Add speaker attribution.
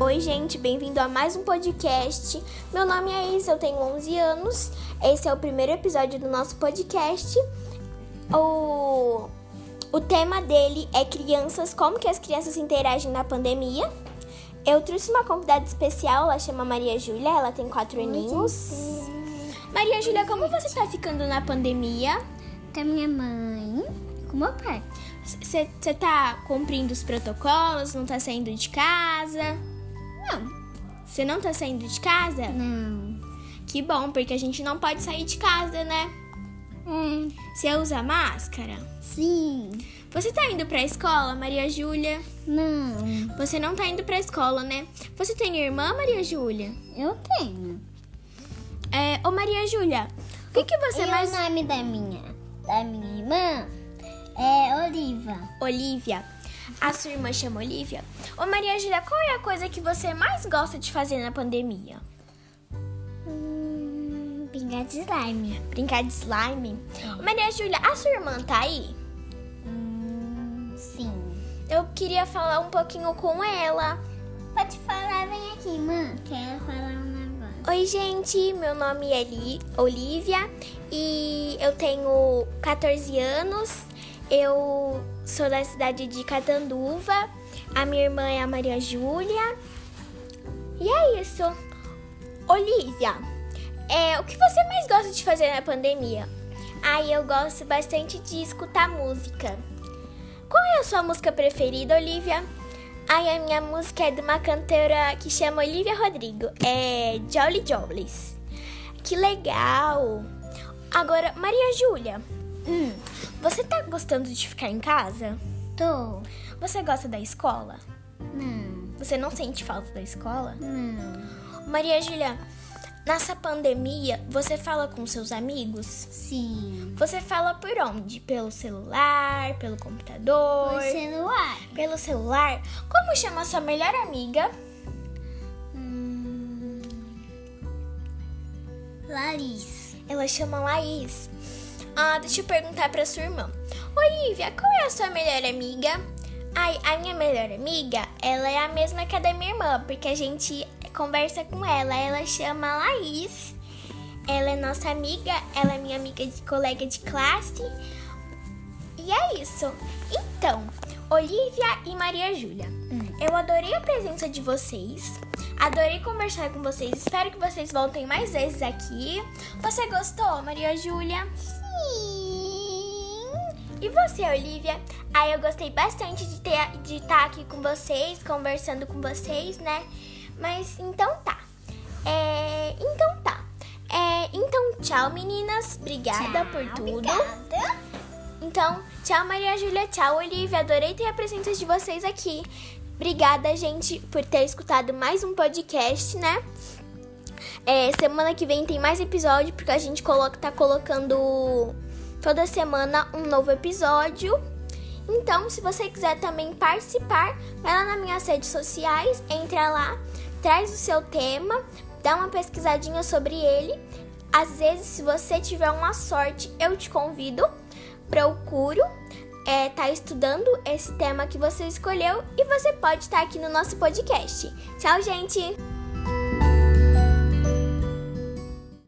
Speaker 1: Oi, gente, bem-vindo a mais um podcast. Meu nome é Isa, eu tenho 11 anos. Esse é o primeiro episódio do nosso podcast. O, o tema dele é crianças, como que as crianças interagem na pandemia. Eu trouxe uma convidada especial, ela chama Maria Júlia, ela tem 4 aninhos. Maria Júlia, como você tá ficando na pandemia?
Speaker 2: com a minha mãe, com o meu pai.
Speaker 1: Você tá cumprindo os protocolos? Não tá saindo de casa?
Speaker 2: Não.
Speaker 1: Você não tá saindo de casa?
Speaker 2: Não.
Speaker 1: Que bom, porque a gente não pode sair de casa, né?
Speaker 2: É,
Speaker 1: Você usa máscara?
Speaker 2: sim.
Speaker 1: Você tá indo pra escola, Maria Júlia?
Speaker 2: Não.
Speaker 1: Você não tá indo pra escola, né? Você tem irmã, Maria Júlia?
Speaker 2: Eu tenho.
Speaker 1: É, ô Maria Júlia, o que, que você
Speaker 2: e
Speaker 1: mais.
Speaker 2: o nome da minha, da minha irmã é Oliva.
Speaker 1: Olivia. A sua irmã chama Olivia. Ô Maria Júlia, qual é a coisa que você mais gosta de fazer na pandemia?
Speaker 2: Hum, pingar de slime.
Speaker 1: Brincar de slime? Ô, Maria Júlia, a sua irmã tá aí?
Speaker 2: Hum, sim.
Speaker 1: Eu queria falar um pouquinho com ela.
Speaker 2: Pode falar, vem aqui, mãe. Quero falar um negócio.
Speaker 1: Oi, gente, meu nome é Li- Olivia e eu tenho 14 anos. Eu sou da cidade de Catanduva. A minha irmã é a Maria Júlia. E é isso. Olivia, é, o que você mais gosta de fazer na pandemia? Ai, eu gosto bastante de escutar música. Qual é a sua música preferida, Olivia? Ai, a minha música é de uma cantora que chama Olivia Rodrigo. É Jolly Jolies. Que legal! Agora, Maria Júlia,
Speaker 2: Hum,
Speaker 1: você tá gostando de ficar em casa?
Speaker 2: tô.
Speaker 1: Você gosta da escola?
Speaker 2: Não,
Speaker 1: Você não sente falta da escola?
Speaker 2: não.
Speaker 1: Maria Júlia, nessa pandemia, você fala com seus amigos?
Speaker 2: Sim.
Speaker 1: Você fala por onde? Pelo celular, pelo computador?
Speaker 2: O celular.
Speaker 1: Pelo celular? Como chama sua melhor amiga?
Speaker 2: Hum, Larissa.
Speaker 1: Ela chama Laís. Ah, deixa eu perguntar pra sua irmã. Olivia, qual é a sua melhor amiga? Ai, a minha melhor amiga, ela é a mesma que a da minha irmã, porque a gente conversa com ela. Ela chama Laís. Ela é nossa amiga, ela é minha amiga de colega de classe. E é isso. Então, Olivia e Maria Júlia,
Speaker 2: Hum.
Speaker 1: eu adorei a presença de vocês. Adorei conversar com vocês. Espero que vocês voltem mais vezes aqui. Você gostou, Maria Júlia? Sim. E você, Olivia? Ah, eu gostei bastante de ter de estar aqui com vocês, conversando com vocês, né? Mas então tá. É, então tá. É, então tchau, meninas. Obrigada por
Speaker 2: Tchau,
Speaker 1: tudo.
Speaker 2: Obrigada.
Speaker 1: Então, tchau Maria Júlia, tchau Olivia, adorei ter a presença de vocês aqui. Obrigada, gente, por ter escutado mais um podcast, né? É, semana que vem tem mais episódio, porque a gente coloca, tá colocando toda semana um novo episódio. Então, se você quiser também participar, vai lá nas minhas redes sociais, entra lá, traz o seu tema, dá uma pesquisadinha sobre ele. Às vezes, se você tiver uma sorte, eu te convido, procuro, é, tá estudando tá esse tema que você escolheu e você pode estar aqui no nosso podcast. Tchau, gente!